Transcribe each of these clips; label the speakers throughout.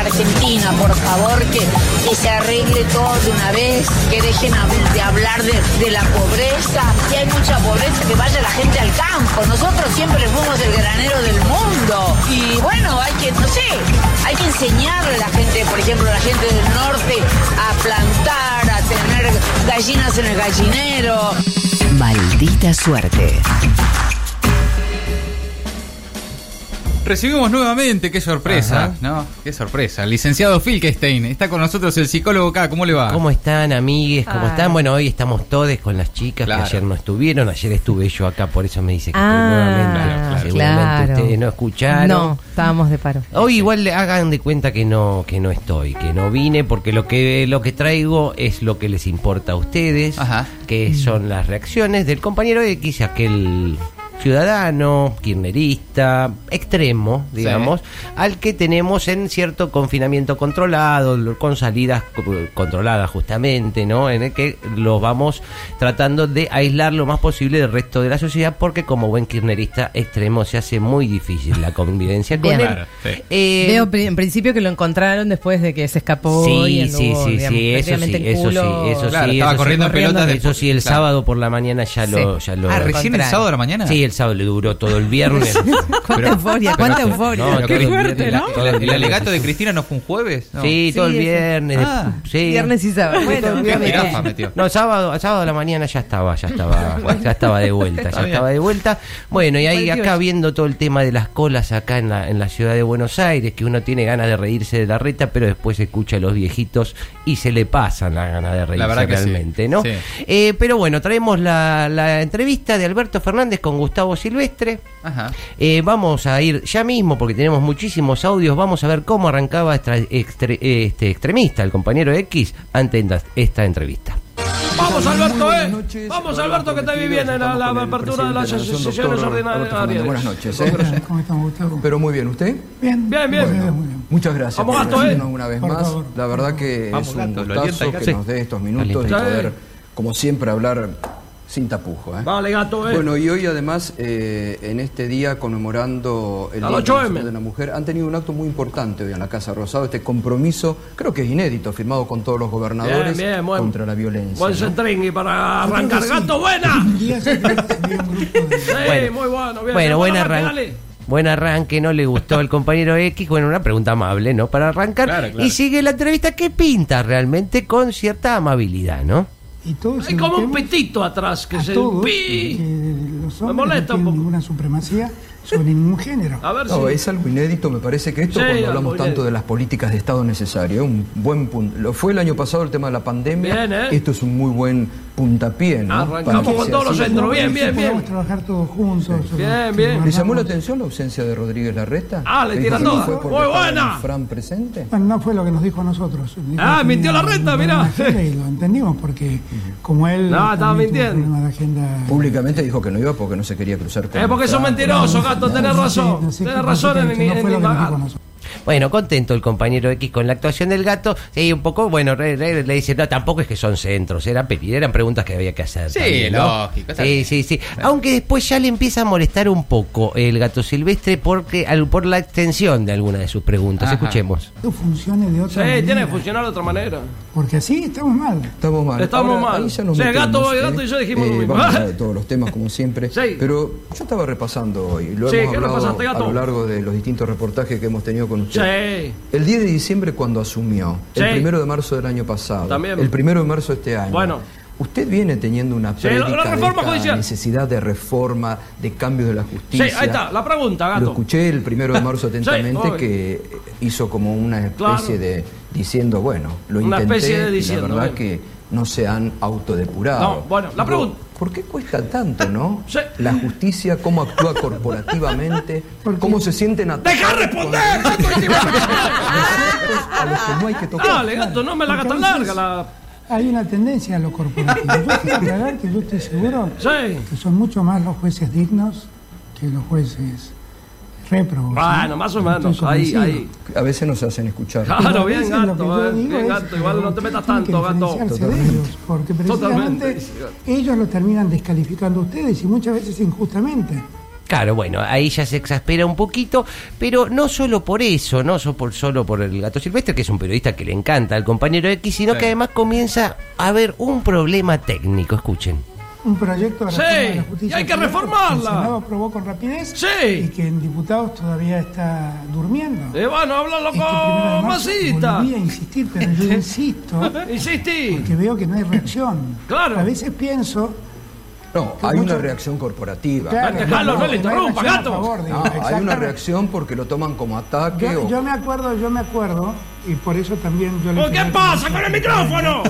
Speaker 1: Argentina, por favor, que, que se arregle todo de una vez, que dejen hab- de hablar de, de la pobreza. Si hay mucha pobreza, que vaya la gente al campo. Nosotros siempre fuimos el granero del mundo. Y bueno, hay que, no sé, hay que enseñarle a la gente, por ejemplo, a la gente del norte a plantar, a tener gallinas en el gallinero.
Speaker 2: Maldita suerte.
Speaker 3: Recibimos nuevamente, qué sorpresa,
Speaker 4: Ajá.
Speaker 3: ¿no? Qué sorpresa. Licenciado Filkestein, está con nosotros el psicólogo acá, ¿cómo le va?
Speaker 4: ¿Cómo están, amigues? ¿Cómo
Speaker 5: Ay.
Speaker 4: están? Bueno, hoy estamos todos con las chicas
Speaker 3: Claro.
Speaker 4: que ayer no estuvieron. Ayer estuve yo acá, por eso me dice que estoy
Speaker 5: Ah,
Speaker 4: nuevamente.
Speaker 3: Claro, claro.
Speaker 4: Seguramente
Speaker 5: claro.
Speaker 4: ustedes no escucharon.
Speaker 5: No, estábamos de paro.
Speaker 4: Hoy igual le hagan de cuenta que no que no estoy, que no vine, porque lo que lo que traigo es lo que les importa a ustedes,
Speaker 3: Ajá.
Speaker 4: que son las reacciones del compañero X, aquel ciudadano, kirnerista, extremo, digamos, al que tenemos en cierto confinamiento controlado, lo- con salidas co- controladas justamente, ¿no? En el que los vamos tratando de aislar lo más posible del resto de la sociedad, porque como buen kirnerista extremo se hace muy difícil la convivencia con
Speaker 5: Bien.
Speaker 4: él.
Speaker 3: Claro, sí.
Speaker 4: Eh,
Speaker 5: Veo pri- en principio que lo encontraron después de que se escapó. y
Speaker 4: Sí,
Speaker 5: anduvo,
Speaker 4: sí, sí,
Speaker 5: digamos,
Speaker 4: sí, eso sí,
Speaker 5: prácticamente en
Speaker 4: eso sí,
Speaker 5: culo.
Speaker 4: eso
Speaker 3: Claro,
Speaker 4: sí.
Speaker 3: estaba
Speaker 4: eso sí,
Speaker 3: corriendo en pelotas
Speaker 4: Eso
Speaker 3: después,
Speaker 4: sí, el
Speaker 3: claro.
Speaker 4: sábado por la mañana ya lo...
Speaker 5: Sí.
Speaker 4: Ya lo
Speaker 3: ah, recién el
Speaker 5: Contrario.
Speaker 3: sábado de la mañana.
Speaker 4: Sí, el sábado le duró todo el viernes.
Speaker 5: Cuánta
Speaker 3: Pero-
Speaker 5: euforia, Ah, cuánta
Speaker 4: pero-
Speaker 5: euforia.
Speaker 4: no,
Speaker 3: Pero
Speaker 4: todo
Speaker 3: que-
Speaker 5: Qué
Speaker 4: el
Speaker 5: fuerte,
Speaker 4: viernes,
Speaker 3: el-
Speaker 5: ¿no?
Speaker 4: todo el
Speaker 3: el- El alegato
Speaker 4: viernes.
Speaker 3: de Cristina no fue un jueves. ¿no?
Speaker 4: Sí, todo el
Speaker 5: Sí, sí.
Speaker 4: viernes.
Speaker 3: Ah,
Speaker 4: sí.
Speaker 5: Viernes y sábado. Bueno,
Speaker 3: Qué
Speaker 5: bien.
Speaker 3: jirafa metió.
Speaker 4: No, sábado, sábado a la mañana ya estaba, ya estaba, ya estaba de vuelta,
Speaker 3: Está
Speaker 4: ya
Speaker 3: bien.
Speaker 4: estaba de vuelta. Bueno, y ahí acá
Speaker 5: 48.
Speaker 4: viendo todo el tema de las colas acá en la, en la ciudad de Buenos Aires, que uno tiene ganas de reírse de la reta, pero después escucha a los viejitos y se le pasan la ganas de reírse
Speaker 3: verdad que sí.
Speaker 4: realmente, ¿no?
Speaker 3: Sí.
Speaker 4: Eh, pero bueno, traemos la, la entrevista de Alberto Fernández con Gustavo Silvestre.
Speaker 3: Ajá.
Speaker 4: Eh, vamos a ir ya mismo porque tenemos muchísimos audios. Vamos a ver cómo arrancaba extra- extre- eh, este extremista, el compañero X, ante esta- esta entrevista.
Speaker 6: Vamos Alberto, eh. Vamos Alberto que te vi bien en la, la apertura de las sesiones ordinarias.
Speaker 7: Buenas noches, ¿eh?
Speaker 8: ¿Cómo están, Gustavo?
Speaker 7: Pero muy bien, ¿usted?
Speaker 8: Bien.
Speaker 6: Bien, bien.
Speaker 8: Muy bien, muy bien.
Speaker 7: Muchas gracias
Speaker 6: Vamos,
Speaker 7: por
Speaker 6: Gato,
Speaker 7: recibirnos
Speaker 6: ¿eh?
Speaker 7: una vez
Speaker 8: Por
Speaker 7: más.
Speaker 8: favor.
Speaker 7: La verdad que
Speaker 3: Vamos,
Speaker 7: es
Speaker 3: Gato,
Speaker 7: un
Speaker 3: lo
Speaker 7: gustazo
Speaker 3: alienta,
Speaker 7: que
Speaker 3: sí.
Speaker 7: nos dé estos minutos y
Speaker 6: Sí.
Speaker 7: poder, como siempre, hablar sin tapujo. ¿eh?
Speaker 6: Vale, gato, eh.
Speaker 7: Bueno, y hoy además, eh, en este día conmemorando el
Speaker 6: A
Speaker 7: Día
Speaker 6: las 8
Speaker 7: Internacional
Speaker 6: M.
Speaker 7: de la Mujer, han tenido un acto muy importante hoy en la Casa Rosado, este compromiso, creo que es inédito, firmado con todos los gobernadores
Speaker 6: buen-
Speaker 7: contra la violencia.
Speaker 6: Buen
Speaker 7: ¿no?
Speaker 6: centringui para arrancar.
Speaker 8: Sí.
Speaker 6: Gato, buena.
Speaker 8: Un día se creó que había un grupo de-
Speaker 6: Sí,
Speaker 4: Bueno.
Speaker 6: Eh, muy bueno. Bien.
Speaker 4: Bueno, buen
Speaker 6: Dale,
Speaker 4: arranque.
Speaker 6: dale.
Speaker 4: Buen arranque, no le gustó al compañero X. Bueno, una pregunta amable, ¿no? Para arrancar.
Speaker 3: Claro, claro.
Speaker 4: Y sigue la entrevista que pinta realmente con cierta amabilidad, ¿no?
Speaker 8: Y todos
Speaker 6: Hay como un
Speaker 8: eduquemos
Speaker 6: pitito atrás que
Speaker 8: a
Speaker 6: se...
Speaker 8: todos,
Speaker 6: ¡Pi!
Speaker 8: que los
Speaker 6: Me
Speaker 8: hombres no
Speaker 6: molesta un
Speaker 8: tienen
Speaker 6: poco.
Speaker 8: ninguna supremacía sobre ningún género.
Speaker 6: A ver
Speaker 7: No,
Speaker 6: si...
Speaker 7: es algo inédito, me parece que esto
Speaker 6: Sí,
Speaker 7: cuando hablamos
Speaker 6: algo
Speaker 7: tanto
Speaker 6: inédito.
Speaker 7: de las políticas de Estado necesarias, un buen punto. Lo fue el año pasado el tema de la pandemia.
Speaker 6: Bien, ¿eh?
Speaker 7: Esto es un muy buen puntapié, ¿no?
Speaker 6: Arrancamos
Speaker 7: Para que
Speaker 6: con
Speaker 7: sea
Speaker 6: todos los
Speaker 7: así.
Speaker 6: centros, bien, bien,
Speaker 8: Podemos
Speaker 6: bien.
Speaker 8: trabajar todos juntos.
Speaker 6: Bien, bien.
Speaker 8: sobre- sobre
Speaker 7: ¿Le llamó la
Speaker 8: gobernarnos.
Speaker 7: atención la ausencia de Rodríguez Larreta?
Speaker 6: Ah, le
Speaker 7: ¿Dijo
Speaker 6: tira
Speaker 7: que no
Speaker 6: toda.
Speaker 7: fue porque
Speaker 6: Muy
Speaker 7: estaba
Speaker 6: buena.
Speaker 7: Fran presente.
Speaker 8: Bueno, no fue lo que nos dijo a nosotros. Dijo
Speaker 6: Ah,
Speaker 8: que
Speaker 6: mintió
Speaker 8: tenía
Speaker 6: la reta,
Speaker 8: un
Speaker 6: mirá.
Speaker 8: problema de agenda y Lo entendimos porque, como él.
Speaker 6: No, estaba
Speaker 8: también tuvo
Speaker 6: mintiendo.
Speaker 8: un problema de agenda.
Speaker 7: Públicamente dijo que no iba porque no se quería cruzar con
Speaker 6: Eh, porque sos
Speaker 7: Fran.
Speaker 6: mentiroso, gato. Tenés
Speaker 8: No sé,
Speaker 6: razón.
Speaker 8: no sé qué
Speaker 6: Tenés
Speaker 8: pasó,
Speaker 6: razón en,
Speaker 8: que no
Speaker 6: en
Speaker 8: fue lo que nos dijo a
Speaker 6: indagar.
Speaker 8: nosotros.
Speaker 4: Bueno, contento el compañero X con la actuación del gato. Sí, un poco, bueno, re- re- le dice, no, tampoco es que son centros, eran, pe- eran preguntas que había que hacer.
Speaker 3: Sí,
Speaker 4: también, ¿no?
Speaker 3: lógico, está
Speaker 4: Sí,
Speaker 3: bien.
Speaker 4: sí, sí. Aunque después ya le empieza a molestar un poco el gato silvestre porque al- por la extensión de alguna de sus preguntas.
Speaker 3: Ajá.
Speaker 4: Escuchemos.
Speaker 8: Funcione de
Speaker 6: Sí,
Speaker 8: otra
Speaker 6: tiene que
Speaker 8: manera,
Speaker 6: funcionar de otra manera.
Speaker 8: Porque así estamos mal.
Speaker 7: Estamos mal.
Speaker 6: Estamos mal.
Speaker 7: ahí ya nos
Speaker 6: Sí,
Speaker 7: metemos, ¿eh?
Speaker 6: gato, gato y yo dijimos lo mismo.
Speaker 7: vamos a hablar de todos los temas, como siempre.
Speaker 6: Sí.
Speaker 7: Pero yo estaba repasando hoy. Lo
Speaker 6: Sí,
Speaker 7: hemos
Speaker 6: ¿qué
Speaker 7: hablado
Speaker 6: repasaste,
Speaker 7: a
Speaker 6: gato?
Speaker 7: lo largo de los distintos reportajes que hemos tenido con usted.
Speaker 6: Sí.
Speaker 7: El 10 de diciembre cuando asumió,
Speaker 6: Sí.
Speaker 7: el primero de marzo del año pasado,
Speaker 6: También.
Speaker 7: el primero de marzo de este año.
Speaker 6: Bueno.
Speaker 7: Usted viene teniendo una
Speaker 6: Sí, la- la
Speaker 7: prédica de
Speaker 6: reforma
Speaker 7: esta
Speaker 6: judicial.
Speaker 7: necesidad de reforma, de cambios de la
Speaker 6: Sí,
Speaker 7: justicia.
Speaker 6: ahí está. La pregunta,
Speaker 7: Lo
Speaker 6: gato.
Speaker 7: escuché el primero de marzo atentamente
Speaker 6: obvio.
Speaker 7: que hizo como una especie
Speaker 6: Claro.
Speaker 7: de diciendo, bueno, lo
Speaker 6: Una
Speaker 7: intenté
Speaker 6: especie de
Speaker 7: y
Speaker 6: diciendo,
Speaker 7: la verdad
Speaker 6: bien.
Speaker 7: que no se han autodepurado.
Speaker 6: No, bueno, la
Speaker 7: Digo,
Speaker 6: pregunta-
Speaker 7: ¿Por qué cuesta tanto, no?
Speaker 6: Sí.
Speaker 7: La justicia, cómo actúa corporativamente,
Speaker 8: Porque-
Speaker 7: cómo se sienten atacados.
Speaker 6: ¡Deja responder! gato,
Speaker 7: Nosotros a los que no hay que tocar.
Speaker 6: Dale, gato, no me la hagas tan
Speaker 8: Porque a
Speaker 6: larga.
Speaker 8: veces
Speaker 6: La...
Speaker 8: Hay una tendencia a lo corporativo. Yo quiero aclarar que yo estoy seguro
Speaker 6: Sí.
Speaker 8: que son mucho más los jueces dignos que los jueces réprobos.
Speaker 6: Bueno, más o menos. Ahí, ahí.
Speaker 7: A veces no se hacen escuchar.
Speaker 6: Claro, bien gato, eh, bien gato. Igual no te metas tanto, gato.
Speaker 8: Ellos, porque precisamente
Speaker 6: Totalmente, dice, gato.
Speaker 8: ellos lo terminan descalificando a ustedes y muchas veces injustamente.
Speaker 4: Claro, bueno, ahí ya se exaspera un poquito, pero no solo por eso, no so- por- solo por el gato silvestre, que es un periodista que le encanta al compañero X, sino
Speaker 3: Sí.
Speaker 4: que además comienza a haber un problema técnico, escuchen.
Speaker 8: Un proyecto de
Speaker 6: Sí,
Speaker 8: reforma de la justicia.
Speaker 6: y hay que
Speaker 8: federal
Speaker 6: reformarla.
Speaker 8: El Senado aprobó con rapidez
Speaker 6: Sí. Eh,
Speaker 8: y que en diputados todavía está durmiendo.
Speaker 6: Y bueno, háblalo
Speaker 8: Este primero de
Speaker 6: con
Speaker 8: marzo
Speaker 6: Masita.
Speaker 8: Volví a insistir, pero yo insisto
Speaker 6: Insistí.
Speaker 8: porque veo que no hay reacción.
Speaker 6: Claro.
Speaker 8: A veces pienso
Speaker 7: No,
Speaker 8: Que
Speaker 7: hay
Speaker 8: Pues mucho-
Speaker 7: una reacción corporativa.
Speaker 8: Claro,
Speaker 6: Dale, Jalo, no le
Speaker 8: que
Speaker 6: interrumpa,
Speaker 8: reacción a
Speaker 6: gato.
Speaker 8: favor de-
Speaker 7: No, hay una
Speaker 8: exactamente.
Speaker 7: reacción porque lo toman como ataque
Speaker 8: Yo,
Speaker 7: o
Speaker 8: yo me acuerdo, yo me acuerdo, y por eso también yo le.
Speaker 6: ¿Pero qué
Speaker 8: tenía que-
Speaker 6: pasa con el micrófono?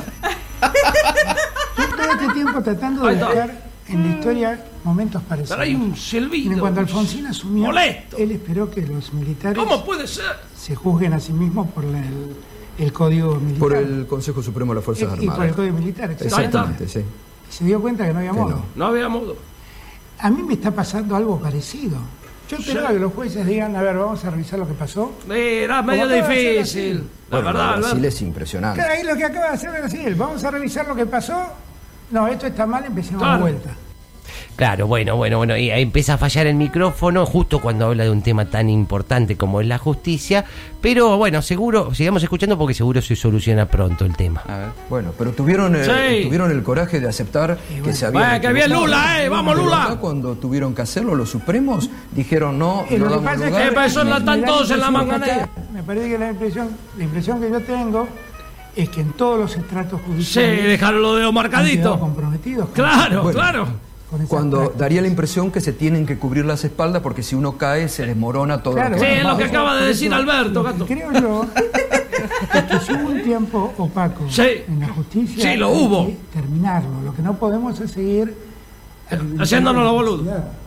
Speaker 8: Yo todo este tiempo tratando de
Speaker 6: Ahí está.
Speaker 8: buscar en la historia momentos parecidos.
Speaker 6: Pero hay un
Speaker 8: Y en
Speaker 6: silbido.
Speaker 8: cuando Alfonsín asumió,
Speaker 6: Molesto.
Speaker 8: él esperó que los militares
Speaker 6: ¿Cómo puede ser?
Speaker 8: se juzguen a sí mismos por la- el, el código militar.
Speaker 7: por el Consejo Supremo de las Fuerzas
Speaker 8: y, y por el
Speaker 7: Armadas.
Speaker 8: código militar, exactamente.
Speaker 7: Exactamente, sí.
Speaker 8: Y se dio cuenta que no había
Speaker 7: Que
Speaker 8: modo.
Speaker 7: no.
Speaker 6: No había modo.
Speaker 8: A mí me está pasando algo parecido. Yo esperaba que los jueces digan, a ver, vamos a revisar lo que pasó.
Speaker 6: Era medio
Speaker 8: Como acaba de hacer
Speaker 6: difícil.
Speaker 8: Brasil.
Speaker 6: La
Speaker 7: Bueno,
Speaker 6: verdad,
Speaker 7: Brasil
Speaker 6: Alberto.
Speaker 7: es impresionante.
Speaker 8: Claro, ahí lo que acaba de hacer Brasil. Vamos a revisar lo que pasó. No, esto está mal, empecemos
Speaker 6: Claro.
Speaker 8: la vuelta.
Speaker 4: Claro, bueno, bueno, bueno, y ahí empieza a fallar el micrófono justo cuando habla de un tema tan importante como es la justicia, pero bueno, seguro, sigamos escuchando porque seguro se soluciona pronto el tema.
Speaker 3: A ver.
Speaker 7: Bueno, pero tuvieron, eh,
Speaker 6: Sí.
Speaker 7: tuvieron el coraje de aceptar que se habían
Speaker 6: Vaya, que bien
Speaker 7: equivocado.
Speaker 6: Lula, eh, vamos,
Speaker 7: Pero
Speaker 6: Lula.
Speaker 7: acá Cuando tuvieron que hacerlo, los supremos dijeron no,
Speaker 8: Eh,
Speaker 7: no
Speaker 8: lo que
Speaker 7: damos
Speaker 8: pasa es
Speaker 7: lugar.
Speaker 6: Eh, pero eso no
Speaker 8: me-
Speaker 6: están
Speaker 8: me da
Speaker 6: todos en la
Speaker 8: impresión
Speaker 6: manga
Speaker 8: que acá-
Speaker 6: negra.
Speaker 8: Me parece que la impresión, la impresión que yo tengo es que en todos los estratos
Speaker 6: Sí,
Speaker 8: judiciales
Speaker 6: dejaron los dedos
Speaker 8: han quedado
Speaker 6: marcaditos.
Speaker 8: comprometidos. con-
Speaker 6: Claro,
Speaker 7: Bueno.
Speaker 6: claro.
Speaker 8: con esas
Speaker 7: Cuando
Speaker 8: prácticas.
Speaker 7: daría la impresión que se tienen que cubrir las espaldas porque si uno cae se desmorona todo
Speaker 8: Claro,
Speaker 7: lo
Speaker 6: Sí,
Speaker 7: que
Speaker 6: es lo que
Speaker 7: armado.
Speaker 6: acaba de decir Alberto, gato.
Speaker 8: Lo que Creo yo es que si hubo un tiempo opaco
Speaker 6: Sí.
Speaker 8: en la justicia,
Speaker 6: Sí, lo
Speaker 8: hay
Speaker 6: hubo.
Speaker 8: que terminarlo. Lo que no podemos es seguir alimentando
Speaker 6: Eh, haciéndonos los boludos.
Speaker 8: la necesidad.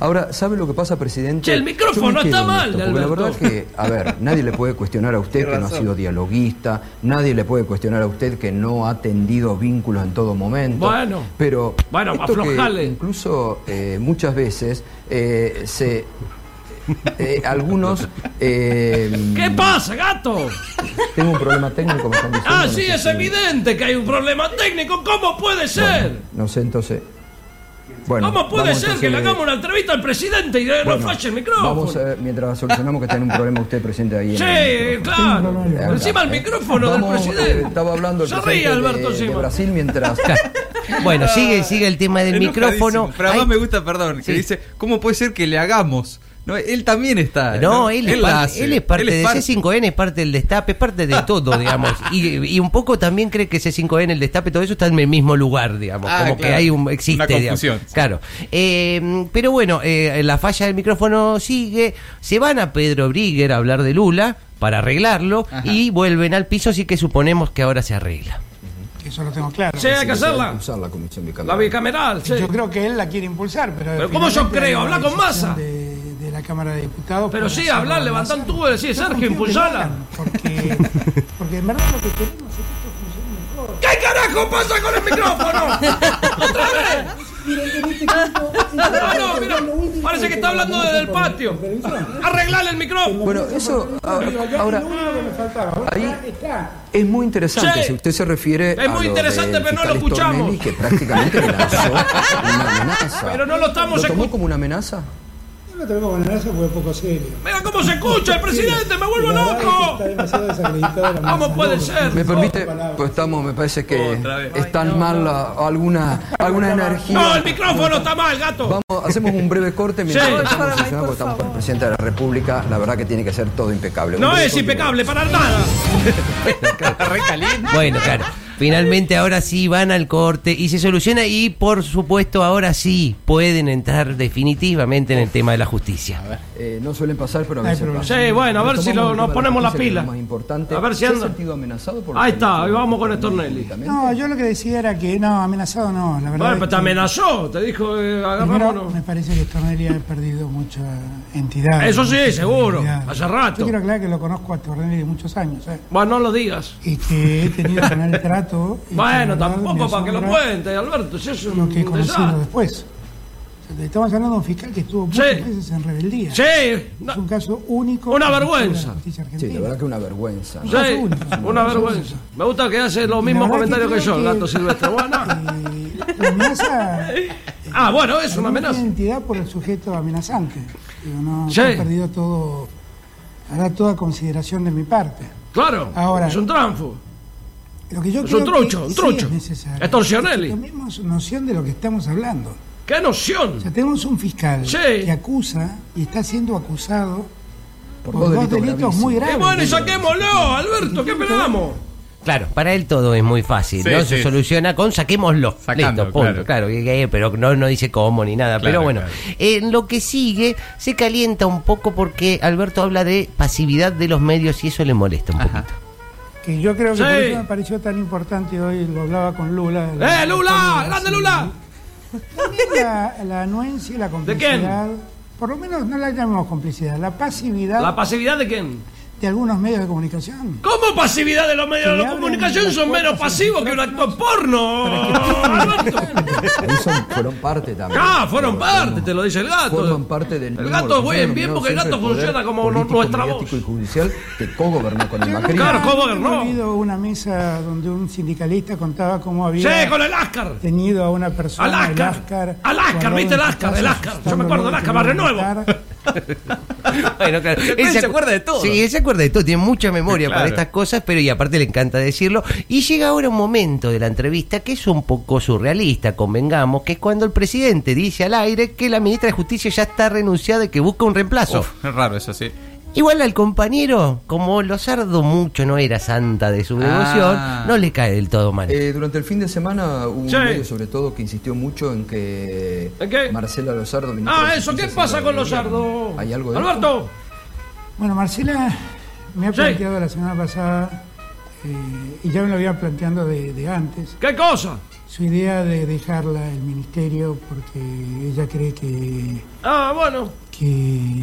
Speaker 7: Ahora, ¿sabe lo que pasa, presidente?
Speaker 6: Che, el micrófono
Speaker 7: Yo me quedo
Speaker 6: está
Speaker 7: en
Speaker 6: mal,
Speaker 7: esto, porque la
Speaker 6: Alberto.
Speaker 7: verdad que, a ver, nadie le puede cuestionar a usted que no ha sido dialoguista, nadie le puede cuestionar a usted que no ha tendido vínculos en todo momento.
Speaker 6: Bueno.
Speaker 7: pero
Speaker 6: Bueno,
Speaker 7: esto que
Speaker 6: aflojale.
Speaker 7: incluso eh, muchas veces eh, se eh, algunos eh,
Speaker 6: ¿Qué pasa, gato?
Speaker 7: tengo un problema técnico, me están diciendo,
Speaker 6: Ah,
Speaker 7: no
Speaker 6: sí,
Speaker 7: sé
Speaker 6: es
Speaker 7: si-
Speaker 6: evidente que hay un problema técnico. ¿Cómo puede ser?
Speaker 7: No sé, entonces. Bueno,
Speaker 6: ¿Cómo puede
Speaker 7: vamos,
Speaker 6: ser que le
Speaker 7: entonces,
Speaker 6: hagamos una entrevista al presidente y eh, no
Speaker 7: bueno,
Speaker 6: falle el micrófono?
Speaker 7: Vamos a ver, mientras solucionamos que tiene un problema usted, presidente, ahí. en el
Speaker 6: Sí,
Speaker 7: micrófono.
Speaker 6: claro.
Speaker 8: Tengo problema.
Speaker 6: Encima el
Speaker 7: Eh,
Speaker 6: micrófono del
Speaker 7: vamos, eh,
Speaker 6: presidente.
Speaker 7: Estaba hablando el
Speaker 6: Se ríe
Speaker 7: presidente
Speaker 6: Alberto
Speaker 7: de- de,
Speaker 6: Sima.
Speaker 7: Brasil mientras.
Speaker 4: Bueno, sigue, sigue el tema del
Speaker 3: Enojadísimo.
Speaker 4: micrófono.
Speaker 3: Pero además
Speaker 4: Ahí-
Speaker 3: me gusta, perdón, que
Speaker 4: Sí.
Speaker 3: dice, ¿cómo puede ser que le hagamos? No, él también está.
Speaker 4: No, él, es
Speaker 3: la
Speaker 4: parte-
Speaker 3: hace.
Speaker 4: él es
Speaker 3: Ah,
Speaker 4: parte
Speaker 3: Él es
Speaker 4: de
Speaker 3: parte.
Speaker 4: C5N, es parte del destape, es parte de todo, digamos. Y, y un poco también cree que C5N, el destape, todo eso está en el mismo lugar, digamos.
Speaker 3: Ah,
Speaker 4: como
Speaker 3: claro.
Speaker 4: que hay un, existe,
Speaker 3: Una
Speaker 4: digamos.
Speaker 3: confusión.
Speaker 4: Claro. Eh, pero bueno, eh, la falla del micrófono sigue. Se van a Pedro Brigger a hablar de Lula para arreglarlo
Speaker 3: Ajá.
Speaker 4: y vuelven al piso, así que suponemos que ahora se arregla.
Speaker 8: Eso lo tengo claro.
Speaker 6: Sí, hay que hacerla.
Speaker 7: Usar la comisión bicameral.
Speaker 6: La bicameral, sí.
Speaker 8: Yo creo que él la quiere impulsar, pero.
Speaker 6: Pero ¿cómo yo
Speaker 8: finalmente
Speaker 6: creo?
Speaker 8: hay una
Speaker 6: Habla con
Speaker 8: decisión
Speaker 6: Massa.
Speaker 8: De, de la Cámara de Diputados.
Speaker 6: Pero
Speaker 8: para
Speaker 6: sí,
Speaker 8: hacerlo
Speaker 6: hablar,
Speaker 8: o no
Speaker 6: levantar
Speaker 8: hacerlo.
Speaker 6: tubo y decir,
Speaker 8: Yo
Speaker 6: Sergio,
Speaker 8: confío que lo
Speaker 6: impulsala.
Speaker 8: hagan, Porque, porque en verdad lo que queremos es que esto funcione mejor.
Speaker 6: ¿Qué carajo pasa con el micrófono? ¡Otra vez! No, no, mira, parece este que está hablando desde el patio. Arreglale el micrófono.
Speaker 7: Bueno, eso. ah, Ahora,
Speaker 8: Lo único que me faltaba. Ahora
Speaker 7: Ahí-
Speaker 8: ya está.
Speaker 7: es muy interesante.
Speaker 6: Sí.
Speaker 7: Si usted se refiere.
Speaker 6: Es
Speaker 7: a
Speaker 6: muy
Speaker 7: lo
Speaker 6: interesante,
Speaker 7: del
Speaker 6: pero no lo
Speaker 7: fiscal
Speaker 6: escuchamos.
Speaker 7: Stornelli, que prácticamente le lanzó una amenaza.
Speaker 6: Pero no lo estamos
Speaker 7: ¿Lo tomó
Speaker 6: escu-
Speaker 7: como una amenaza?
Speaker 8: Yo lo tengo con el fue poco serio.
Speaker 6: Mira cómo se escucha el presidente, me vuelvo
Speaker 8: La verdad es que
Speaker 6: loco.
Speaker 8: está demasiado desacreditada la
Speaker 6: ¿Cómo
Speaker 8: masa,
Speaker 6: puede
Speaker 8: ¿no?
Speaker 6: ser?
Speaker 7: Me permite,
Speaker 8: palabras.
Speaker 7: pues estamos, me parece que
Speaker 6: Otra vez.
Speaker 7: están mal ah, alguna, alguna energía.
Speaker 6: No, el micrófono está mal, gato.
Speaker 7: Vamos, hacemos un breve corte mientras
Speaker 6: Sí.
Speaker 7: estamos sesionados, porque estamos con el presidente de la República. La verdad que tiene que ser todo impecable. Un
Speaker 6: No
Speaker 7: breve
Speaker 6: es
Speaker 7: corte.
Speaker 6: impecable para nada.
Speaker 4: Bueno, claro. Finalmente ahora sí van al corte y se soluciona y por supuesto ahora sí pueden entrar definitivamente en el tema de la justicia.
Speaker 7: Eh, no suelen pasar, pero a
Speaker 8: No hay
Speaker 7: veces
Speaker 8: problema.
Speaker 7: pasan.
Speaker 6: Sí, bueno, a ver si lo-
Speaker 7: Retomamos el tema
Speaker 6: nos
Speaker 7: de
Speaker 6: ponemos la
Speaker 7: justicia, que es
Speaker 6: pila.
Speaker 7: lo Más importante.
Speaker 6: A ver si
Speaker 7: ¿Se ha
Speaker 6: anda.
Speaker 7: sentido amenazado por
Speaker 6: Ahí está,
Speaker 7: ahí
Speaker 6: ahí vamos con Stornelli.
Speaker 8: No, yo lo que decía era que no, amenazado no, la verdad.
Speaker 6: Bueno,
Speaker 8: es
Speaker 6: pero te
Speaker 8: que
Speaker 6: amenazó, te dijo, eh,
Speaker 8: primero,
Speaker 6: agarrámonos.
Speaker 8: me parece que Tornelli ha perdido mucha entidad.
Speaker 6: Eso sí,
Speaker 8: mucha
Speaker 6: seguro,
Speaker 8: credibilidad.
Speaker 6: hace rato.
Speaker 8: Yo quiero aclarar que lo conozco a Tornelli de muchos años, ¿eh?
Speaker 6: Bueno, no lo digas.
Speaker 8: Y que he tenido con él trato. y que la
Speaker 6: Bueno,
Speaker 8: verdad me
Speaker 6: tampoco para que lo
Speaker 8: asombra
Speaker 6: cuente, Alberto, si es
Speaker 8: Lo
Speaker 6: un
Speaker 8: que he conocido
Speaker 6: desastre.
Speaker 8: después. O sea, Estamos hablando de un fiscal que estuvo muchas
Speaker 6: Sí.
Speaker 8: veces en rebeldía.
Speaker 6: Sí, no,
Speaker 8: Es un caso único.
Speaker 6: Una
Speaker 8: en la
Speaker 6: vergüenza.
Speaker 8: justicia argentina.
Speaker 7: Sí, la verdad que una vergüenza. ¿no?
Speaker 6: sí, una vergüenza. Me gusta que hace los mismos
Speaker 8: La verdad
Speaker 6: comentarios que
Speaker 8: creo
Speaker 6: yo, gato silvestre. Bueno,
Speaker 8: eh, la amenaza
Speaker 6: Ah, bueno, es una
Speaker 8: Perdí mi
Speaker 6: amenaza.
Speaker 8: identidad por el sujeto amenazante. Digo, no,
Speaker 6: Sí.
Speaker 8: yo he perdido todo, ahora toda consideración de mi parte.
Speaker 6: Claro,
Speaker 8: Ahora-
Speaker 6: es un tranfo.
Speaker 8: Lo que yo
Speaker 6: Es
Speaker 8: creo
Speaker 6: un trucho,
Speaker 8: que
Speaker 6: un
Speaker 8: sí
Speaker 6: trucho.
Speaker 8: es necesario.
Speaker 6: Extorsionelli.
Speaker 8: Es que Tomemos noción de lo que estamos hablando.
Speaker 6: ¡Qué noción!
Speaker 8: O sea, tenemos un fiscal
Speaker 6: Sí.
Speaker 8: que acusa y está siendo acusado por,
Speaker 7: dos
Speaker 8: dos
Speaker 7: delitos
Speaker 8: delitos, muy
Speaker 7: gravísimos.
Speaker 8: graves.
Speaker 6: Y bueno, y saquémoslo, Alberto, ¿qué esperamos?
Speaker 4: Claro, para él todo es muy fácil,
Speaker 3: Sí,
Speaker 4: ¿no? Se
Speaker 3: sí.
Speaker 4: soluciona con saquémoslo.
Speaker 3: Sacando,
Speaker 4: Listo, punto.
Speaker 3: claro.
Speaker 4: Claro, y- eh, pero no, no dice cómo ni nada.
Speaker 3: Claro,
Speaker 4: pero bueno,
Speaker 3: claro.
Speaker 4: en lo que sigue se calienta un poco porque Alberto habla de pasividad de los medios y eso le molesta un
Speaker 3: Ajá.
Speaker 4: poquito.
Speaker 8: Que yo creo que
Speaker 6: Sí.
Speaker 8: por eso me pareció tan importante hoy, lo hablaba con Lula.
Speaker 6: ¡Eh, Lula! ¡Grande Lula!
Speaker 8: También la, la anuencia y la complicidad. Por lo menos no la llamemos complicidad, la pasividad
Speaker 6: ¿La pasividad de quién?
Speaker 8: de algunos medios de comunicación.
Speaker 6: ¿Cómo pasividad de los medios
Speaker 8: Que
Speaker 6: de la
Speaker 8: abren
Speaker 6: comunicación
Speaker 8: las
Speaker 6: son
Speaker 8: puertas
Speaker 6: menos
Speaker 8: a los
Speaker 6: pasivos que un actor porno? Alberto.
Speaker 7: Ahí son- fueron parte también.
Speaker 6: Ah, fueron
Speaker 7: Pero,
Speaker 6: parte,
Speaker 7: digamos,
Speaker 6: te lo dice el
Speaker 7: Forman
Speaker 6: gato.
Speaker 7: parte del
Speaker 6: El
Speaker 7: mismo
Speaker 6: gato es
Speaker 7: organismo
Speaker 6: buen, bien, porque el gato
Speaker 7: denominado siempre
Speaker 6: funciona como
Speaker 7: poder
Speaker 6: no- nuestra
Speaker 7: político,
Speaker 6: voz.
Speaker 7: mediático y judicial que cogobernó con el
Speaker 8: Yo
Speaker 7: Macri.
Speaker 6: Claro, ¿cómo
Speaker 8: nunca
Speaker 6: ganó?
Speaker 8: he habido una mesa donde un sindicalista contaba cómo
Speaker 6: Sí,
Speaker 8: había
Speaker 6: con el Ascar.
Speaker 8: tenido a una persona.
Speaker 6: Al Ascar.
Speaker 8: el Ascar,
Speaker 6: Al Ascar,
Speaker 8: guardado
Speaker 6: ¿viste el
Speaker 8: en su
Speaker 6: Ascar?
Speaker 8: casa,
Speaker 6: El Ascar. Yo me
Speaker 8: asustándolo
Speaker 6: acuerdo del
Speaker 8: de que
Speaker 6: Ascar,
Speaker 8: lo
Speaker 6: Barrio
Speaker 8: iban a
Speaker 6: Nuevo.
Speaker 8: matar.
Speaker 4: Bueno, claro.
Speaker 3: Él se acuerda de todo.
Speaker 4: Sí, él se acuerda de todo, tiene mucha memoria para
Speaker 3: Claro.
Speaker 4: estas cosas, pero y aparte le encanta decirlo. Y llega ahora un momento de la entrevista que es un poco surrealista, convengamos, que es cuando el presidente dice al aire que la ministra de Justicia ya está renunciada y que busca un reemplazo.
Speaker 3: Uf, es raro eso, sí.
Speaker 4: Igual al compañero, como lo sardo mucho no era santa de su devoción,
Speaker 3: Ah.
Speaker 4: no le cae del todo mal.
Speaker 7: Eh, durante el fin de semana hubo un
Speaker 6: Sí.
Speaker 7: medio sobre todo que insistió mucho en que
Speaker 6: ¿En qué?
Speaker 7: Marcela Lozardo ministra
Speaker 6: Ah,
Speaker 7: de
Speaker 6: eso, ¿qué
Speaker 7: Justicia,
Speaker 6: pasa
Speaker 7: se
Speaker 6: con los
Speaker 7: debería-
Speaker 6: sardos?
Speaker 7: ¿Hay algo de esto?
Speaker 6: Alberto,
Speaker 8: Bueno, Marcela me ha
Speaker 6: Sí.
Speaker 8: planteado la semana pasada, eh, y ya me lo habían planteando de- de antes,
Speaker 6: ¿qué cosa?
Speaker 8: su idea de dejarla el ministerio porque ella cree que,
Speaker 6: Ah, bueno,
Speaker 8: que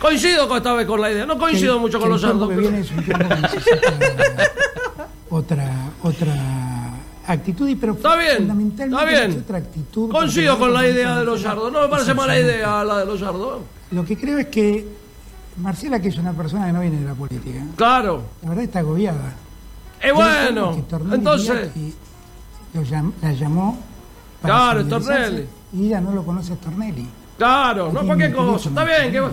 Speaker 6: coincido con- esta vez con la idea. No coincido
Speaker 8: que-
Speaker 6: mucho
Speaker 8: que
Speaker 6: con los
Speaker 8: el tiempo
Speaker 6: sardos.
Speaker 8: que
Speaker 6: pero-
Speaker 8: viene es un tiempo que necesita otra otra actitud y pero
Speaker 6: Está bien,
Speaker 8: fundamentalmente
Speaker 6: está bien.
Speaker 8: es otra actitud
Speaker 6: Coincido
Speaker 8: porque
Speaker 6: con la
Speaker 8: realmente
Speaker 6: idea de los
Speaker 8: Marcela
Speaker 6: sardos. No me parece
Speaker 8: es
Speaker 6: mala
Speaker 8: absoluta.
Speaker 6: idea la de los sardos.
Speaker 8: Lo que creo es que Marcela, que es una persona que no viene de la política,
Speaker 6: Claro.
Speaker 8: la verdad está agobiada.
Speaker 6: Es
Speaker 8: Yo recuerdo
Speaker 6: bueno,
Speaker 8: que Tornelli
Speaker 6: entonces.
Speaker 8: dijo que lo llam- la llamó para
Speaker 6: Claro, es
Speaker 8: solidarizarse
Speaker 6: Tornelli.
Speaker 8: Y ella no lo conoce a Tornelli.
Speaker 6: Claro, no
Speaker 8: Tiene
Speaker 6: cualquier
Speaker 8: un teléfono,
Speaker 6: cosa. Está bien, que va-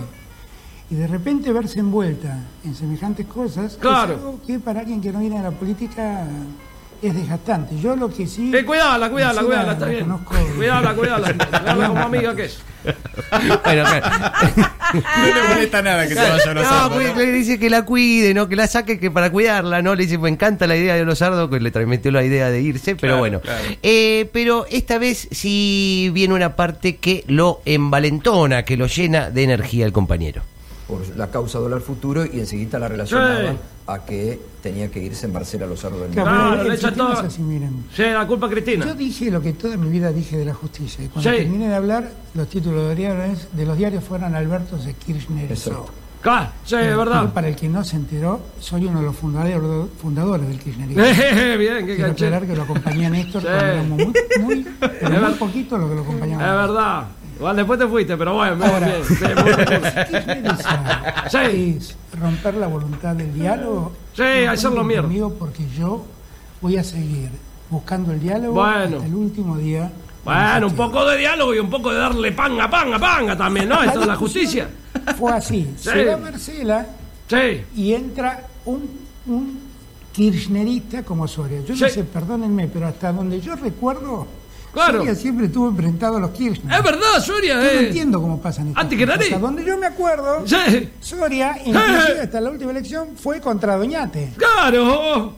Speaker 8: Y de repente verse envuelta en semejantes cosas
Speaker 6: Claro.
Speaker 8: es algo que para alguien que no viene de la política es desgastante. Yo lo que sí...
Speaker 6: Eh, cuidala, cuidala,
Speaker 8: Marcela
Speaker 6: cuidala, está
Speaker 8: la
Speaker 6: bien.
Speaker 8: conozco-
Speaker 6: Cuidala, cuidala. Cuidala como amiga que es.
Speaker 4: Bueno, claro.
Speaker 5: Ah.
Speaker 3: No le molesta nada que se vaya a los
Speaker 4: No,
Speaker 3: sardos,
Speaker 4: pues,
Speaker 3: ¿no?
Speaker 4: le dice que la cuide, no, que la saque que para cuidarla, ¿no? Le dice, me encanta la idea de los sardos, que le transmitió la idea de irse, pero
Speaker 3: Claro,
Speaker 4: bueno.
Speaker 3: claro.
Speaker 4: Eh, pero esta vez sí viene una parte que lo envalentona, que lo llena de energía el compañero.
Speaker 7: Por la causa dólar futuro y enseguida la relacionaban
Speaker 6: Sí.
Speaker 7: a que tenía que irse Marcela Lozardo del
Speaker 8: Claro,
Speaker 7: ministro.
Speaker 6: Claro,
Speaker 8: pero el
Speaker 6: le echa
Speaker 8: sistema
Speaker 6: todo-
Speaker 8: es así, miren.
Speaker 6: Sí, la culpa
Speaker 8: Yo
Speaker 6: Cristina.
Speaker 8: dije lo que toda mi vida dije de la justicia. Y cuando
Speaker 6: Sí.
Speaker 8: terminé de hablar, los títulos de, diarios- de los diarios fueron Alberto de Kirchner.
Speaker 7: Exacto.
Speaker 6: Claro, sí, es
Speaker 8: Y
Speaker 6: verdad.
Speaker 8: Para el que no se enteró, soy uno de los fundadores, fundadores del kirchnerismo.
Speaker 6: Eh, bien, qué
Speaker 8: Quiero
Speaker 6: caché.
Speaker 8: aclarar
Speaker 6: Es
Speaker 8: que lo acompañé a Néstor
Speaker 6: Sí.
Speaker 8: cuando éramos muy, muy, pero
Speaker 6: Es
Speaker 8: muy
Speaker 6: ver-
Speaker 8: poquito lo que lo acompañamos.
Speaker 6: verdad. Igual después te fuiste, pero bueno, bien,
Speaker 8: Ahora,
Speaker 6: bien, bien, muy bien.
Speaker 8: kirchnerista
Speaker 6: Sí.
Speaker 8: es romper la voluntad del diálogo.
Speaker 6: Sí,
Speaker 8: No
Speaker 6: hacerlo
Speaker 8: cuenten
Speaker 6: mierda.
Speaker 8: conmigo porque yo voy a seguir buscando el diálogo
Speaker 6: Bueno.
Speaker 8: hasta el último día.
Speaker 6: Bueno, un poco de diálogo y un poco de darle panga, panga, panga también, ¿no? Esto es la justicia.
Speaker 8: Fue así.
Speaker 6: Sí.
Speaker 8: Se da Marcela
Speaker 6: Sí.
Speaker 8: y entra un, un kirchnerista como Soria. Yo no
Speaker 6: Sí.
Speaker 8: sé, perdónenme, pero hasta donde yo recuerdo,
Speaker 6: Claro.
Speaker 8: Soria siempre estuvo enfrentado a los Kirchner.
Speaker 6: Es verdad, Soria,
Speaker 8: Yo no
Speaker 6: eh.
Speaker 8: entiendo cómo pasan estas
Speaker 6: Antiquerari.
Speaker 8: cosas. Hasta donde yo me acuerdo,
Speaker 6: Sí.
Speaker 8: Soria, inclusive hasta la última elección, fue contra Doñate.
Speaker 6: Claro.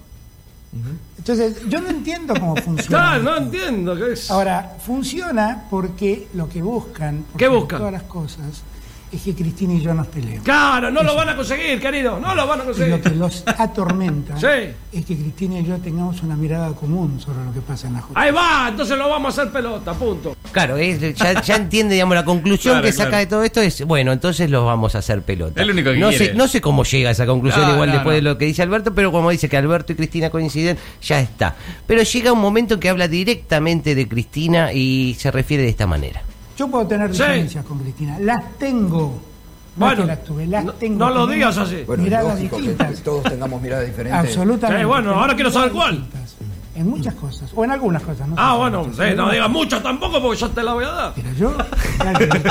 Speaker 8: Entonces, yo no entiendo cómo funciona.
Speaker 6: Claro, no
Speaker 8: esto.
Speaker 6: entiendo. ¿Qué es?
Speaker 8: Ahora, funciona porque lo que buscan, por
Speaker 6: ¿Qué
Speaker 8: sobre
Speaker 6: buscan?
Speaker 8: todas las cosas, es que Cristina y yo nos peleemos.
Speaker 6: Claro, no lo van a conseguir, querido. No lo van a
Speaker 8: Y lo que
Speaker 6: conseguir.
Speaker 8: los atormenta
Speaker 6: Sí.
Speaker 8: es que Cristina y yo tengamos una mirada común sobre lo que pasa en la justicia.
Speaker 6: Ahí va, entonces lo vamos a hacer pelota, punto.
Speaker 4: Claro, es- ya, ya entiende, digamos, la conclusión
Speaker 3: Claro,
Speaker 4: que saca
Speaker 3: claro.
Speaker 4: de todo esto es, bueno, entonces los vamos a hacer pelota.
Speaker 3: Es lo único que
Speaker 4: no,
Speaker 3: quiere.
Speaker 4: sé, no sé cómo llega a esa conclusión,
Speaker 3: No,
Speaker 4: igual
Speaker 3: no,
Speaker 4: después
Speaker 3: no.
Speaker 4: de lo que dice Alberto, pero como dice que Alberto y Cristina coinciden, ya está. Pero llega un momento en que habla directamente de Cristina y se refiere de esta manera.
Speaker 8: Yo puedo tener
Speaker 6: Sí.
Speaker 8: diferencias con Cristina, las tengo. No es
Speaker 6: Bueno,
Speaker 8: que las tuve, las
Speaker 6: no-
Speaker 8: tengo.
Speaker 6: no lo
Speaker 8: Tenemos
Speaker 6: digas así.
Speaker 7: Bueno, es
Speaker 8: miradas
Speaker 7: lógico que,
Speaker 8: distintas.
Speaker 7: que todos tengamos miradas diferentes.
Speaker 8: Absolutamente.
Speaker 6: Sí, bueno, ahora quiero saber
Speaker 8: Todas
Speaker 6: cuál.
Speaker 8: distintas. en muchas cosas, o en algunas cosas. No
Speaker 6: Ah,
Speaker 8: sé.
Speaker 6: bueno, sí, no digas mucho tampoco porque yo te la voy a dar.
Speaker 8: Pero yo... Claro, yo- yo-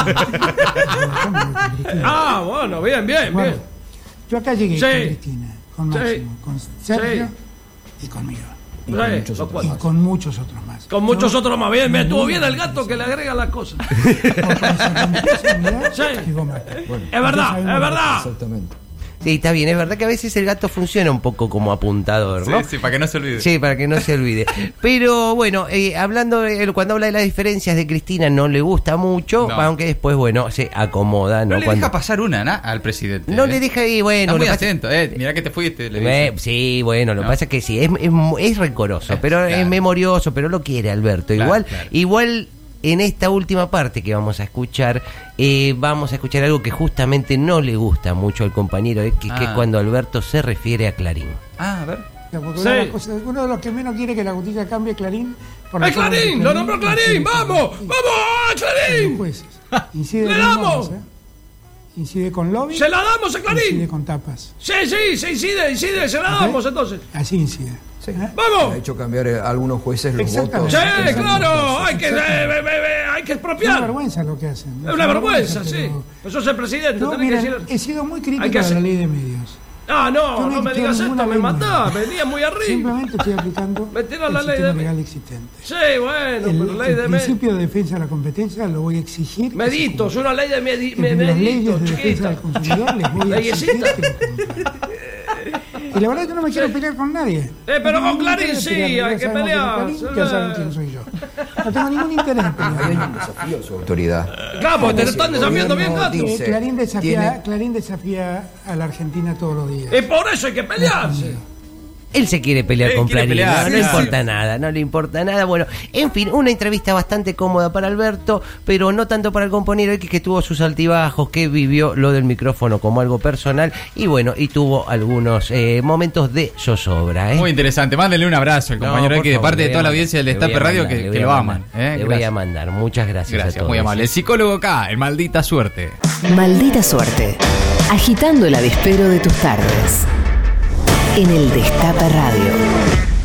Speaker 8: yo-
Speaker 6: Ah, bueno, bien, bien,
Speaker 8: Bueno,
Speaker 6: bien.
Speaker 8: yo acá llegué
Speaker 6: Sí.
Speaker 8: con Cristina, con
Speaker 6: Sí.
Speaker 8: Máximo, con Sergio y conmigo.
Speaker 6: Sí, los
Speaker 8: Y
Speaker 6: cuatro.
Speaker 8: con muchos otros más.
Speaker 6: Con muchos otros más. Bien, me estuvo bien el gato que le agrega las cosas.
Speaker 8: otros.
Speaker 6: Sí.
Speaker 7: Bueno,
Speaker 6: Es verdad, es verdad.
Speaker 7: Exactamente.
Speaker 4: Sí, está bien, es verdad que a veces el gato funciona un poco como apuntador,
Speaker 3: Sí,
Speaker 4: ¿no?
Speaker 3: sí, para que no se olvide.
Speaker 4: Sí, para que no se olvide. Pero bueno, eh, hablando de- él cuando habla de las diferencias de Cristina no le gusta mucho,
Speaker 3: No.
Speaker 4: aunque después bueno se acomoda, ¿no?
Speaker 3: No le
Speaker 4: Cuando-
Speaker 3: deja pasar una ¿na? al presidente.
Speaker 4: No
Speaker 3: ¿eh?
Speaker 4: le deja y
Speaker 3: Está
Speaker 4: bueno,
Speaker 3: muy
Speaker 4: lo pasa-
Speaker 3: atento, eh. Mirá que te fuiste. Le
Speaker 4: Eh,
Speaker 3: dice.
Speaker 4: sí, bueno, lo que
Speaker 3: No.
Speaker 4: pasa es que sí, es, es, es rencoroso,
Speaker 3: Eh,
Speaker 4: pero es
Speaker 3: claro.
Speaker 4: memorioso, pero lo quiere Alberto.
Speaker 3: Claro,
Speaker 4: igual,
Speaker 3: claro.
Speaker 4: igual en esta última parte que vamos a escuchar, eh, vamos a escuchar algo que justamente no le gusta mucho al compañero, eh, que, que es
Speaker 3: Ah.
Speaker 4: cuando Alberto se refiere a Clarín.
Speaker 3: Ah, a ver.
Speaker 8: Una de las
Speaker 6: Sí.
Speaker 8: cosas- uno de los que menos quiere que la justicia cambie es Clarín. por la
Speaker 6: ¡Es
Speaker 8: forma en que
Speaker 6: Clarín! ¡Lo nombró Clarín! ¡Vamos!
Speaker 8: Sí.
Speaker 6: ¡Vamos! ¡Ah,
Speaker 8: Los
Speaker 6: Clarín!
Speaker 8: jueces. Incide
Speaker 6: ¡Le
Speaker 8: con
Speaker 6: damos!
Speaker 8: bombas, ¿eh? Incide con lobby.
Speaker 6: ¡Se la damos a
Speaker 8: Incide
Speaker 6: Clarín!
Speaker 8: con ¿Ah, tapas.
Speaker 6: Sí, sí, sí, incide, incide, se la damos entonces.
Speaker 8: Así incide.
Speaker 7: Sí.
Speaker 8: ¿Eh?
Speaker 6: ¡Vamos!
Speaker 7: Ha hecho cambiar eh, a algunos jueces los
Speaker 8: Exactamente.
Speaker 7: votos.
Speaker 6: Sí,
Speaker 8: Exactamente.
Speaker 6: claro, hay que, eh, eh, eh, hay que
Speaker 8: Es una
Speaker 6: expropiar.
Speaker 8: vergüenza lo que hacen.
Speaker 6: Es una vergüenza, sí.
Speaker 8: pero-
Speaker 6: Eso es el presidente,
Speaker 8: No,
Speaker 6: tenés que
Speaker 8: miren,
Speaker 6: decir-
Speaker 8: he sido muy
Speaker 6: Hay que
Speaker 8: crítico a la
Speaker 6: hacer-
Speaker 8: ley de medios.
Speaker 6: Ah,
Speaker 8: Yo
Speaker 6: no, no me
Speaker 8: estoy
Speaker 6: digas
Speaker 8: ninguna
Speaker 6: esto, me
Speaker 8: ley,
Speaker 6: matás,
Speaker 8: no.
Speaker 6: venía muy arriba.
Speaker 8: Simplemente estoy aplicando
Speaker 6: Me tira la
Speaker 8: el
Speaker 6: ley
Speaker 8: sistema
Speaker 6: de-
Speaker 8: legal existente.
Speaker 6: Sí, bueno,
Speaker 8: El,
Speaker 6: pero ley
Speaker 8: el
Speaker 6: de me-
Speaker 8: principio de defensa de la competencia lo voy a exigir. que se
Speaker 6: Medito, es
Speaker 8: cumpla.
Speaker 6: una ley de medi-
Speaker 8: En
Speaker 6: me-
Speaker 8: las
Speaker 6: medito,
Speaker 8: leyes de defensa
Speaker 6: chiquita.
Speaker 8: del consumidor les voy a exigir
Speaker 6: Leyecita.
Speaker 8: que lo cumplan. Y la verdad es que no me quiero pelear con nadie.
Speaker 6: Eh, pero
Speaker 8: No tengo
Speaker 6: con
Speaker 8: ningún
Speaker 6: Clarín
Speaker 8: interés en
Speaker 6: sí,
Speaker 8: pelearme, ya
Speaker 6: hay que
Speaker 8: sabemos quién
Speaker 6: pelear,
Speaker 8: es Clarín,
Speaker 6: se
Speaker 8: Ya
Speaker 6: ve.
Speaker 8: saben quién soy yo. No tengo ningún interés en
Speaker 7: Hay
Speaker 8: pelear.
Speaker 7: un desafío a su autoridad.
Speaker 6: Capo, te están desafiando bien,
Speaker 7: gobierno
Speaker 6: gato.
Speaker 7: dice-
Speaker 8: Eh, Clarín,
Speaker 7: Tiene-
Speaker 8: desafía, Clarín desafía a la Argentina todos los días.
Speaker 6: Y por eso hay que pelearse.
Speaker 4: Él se quiere pelear
Speaker 3: Él
Speaker 4: con
Speaker 3: quiere
Speaker 4: Clarín,
Speaker 3: pelear,
Speaker 4: no, no
Speaker 3: claro.
Speaker 4: importa nada, no le importa nada. Bueno, en fin, una entrevista bastante cómoda para Alberto, pero no tanto para el compañero X que tuvo sus altibajos, que vivió lo del micrófono como algo personal y bueno, y tuvo algunos eh, momentos de zozobra. ¿eh?
Speaker 3: Muy interesante. Mándenle un abrazo al
Speaker 4: No,
Speaker 3: compañero
Speaker 4: por
Speaker 3: X de
Speaker 4: favor,
Speaker 3: parte
Speaker 4: le
Speaker 3: de
Speaker 4: voy
Speaker 3: toda
Speaker 4: a
Speaker 3: la
Speaker 4: mandar,
Speaker 3: audiencia del
Speaker 4: le voy a
Speaker 3: Destape Radio
Speaker 4: mandar,
Speaker 3: que,
Speaker 4: le
Speaker 3: que
Speaker 4: voy
Speaker 3: lo
Speaker 4: a
Speaker 3: aman.
Speaker 4: mandar,
Speaker 3: ¿eh?
Speaker 4: Le voy a
Speaker 3: Gracias.
Speaker 4: mandar, muchas gracias. a
Speaker 3: Gracias,
Speaker 4: todos.
Speaker 3: muy amable. El psicólogo K, el maldita suerte.
Speaker 2: Maldita suerte. Agitando el avispero de tus tardes. En el Destape Radio.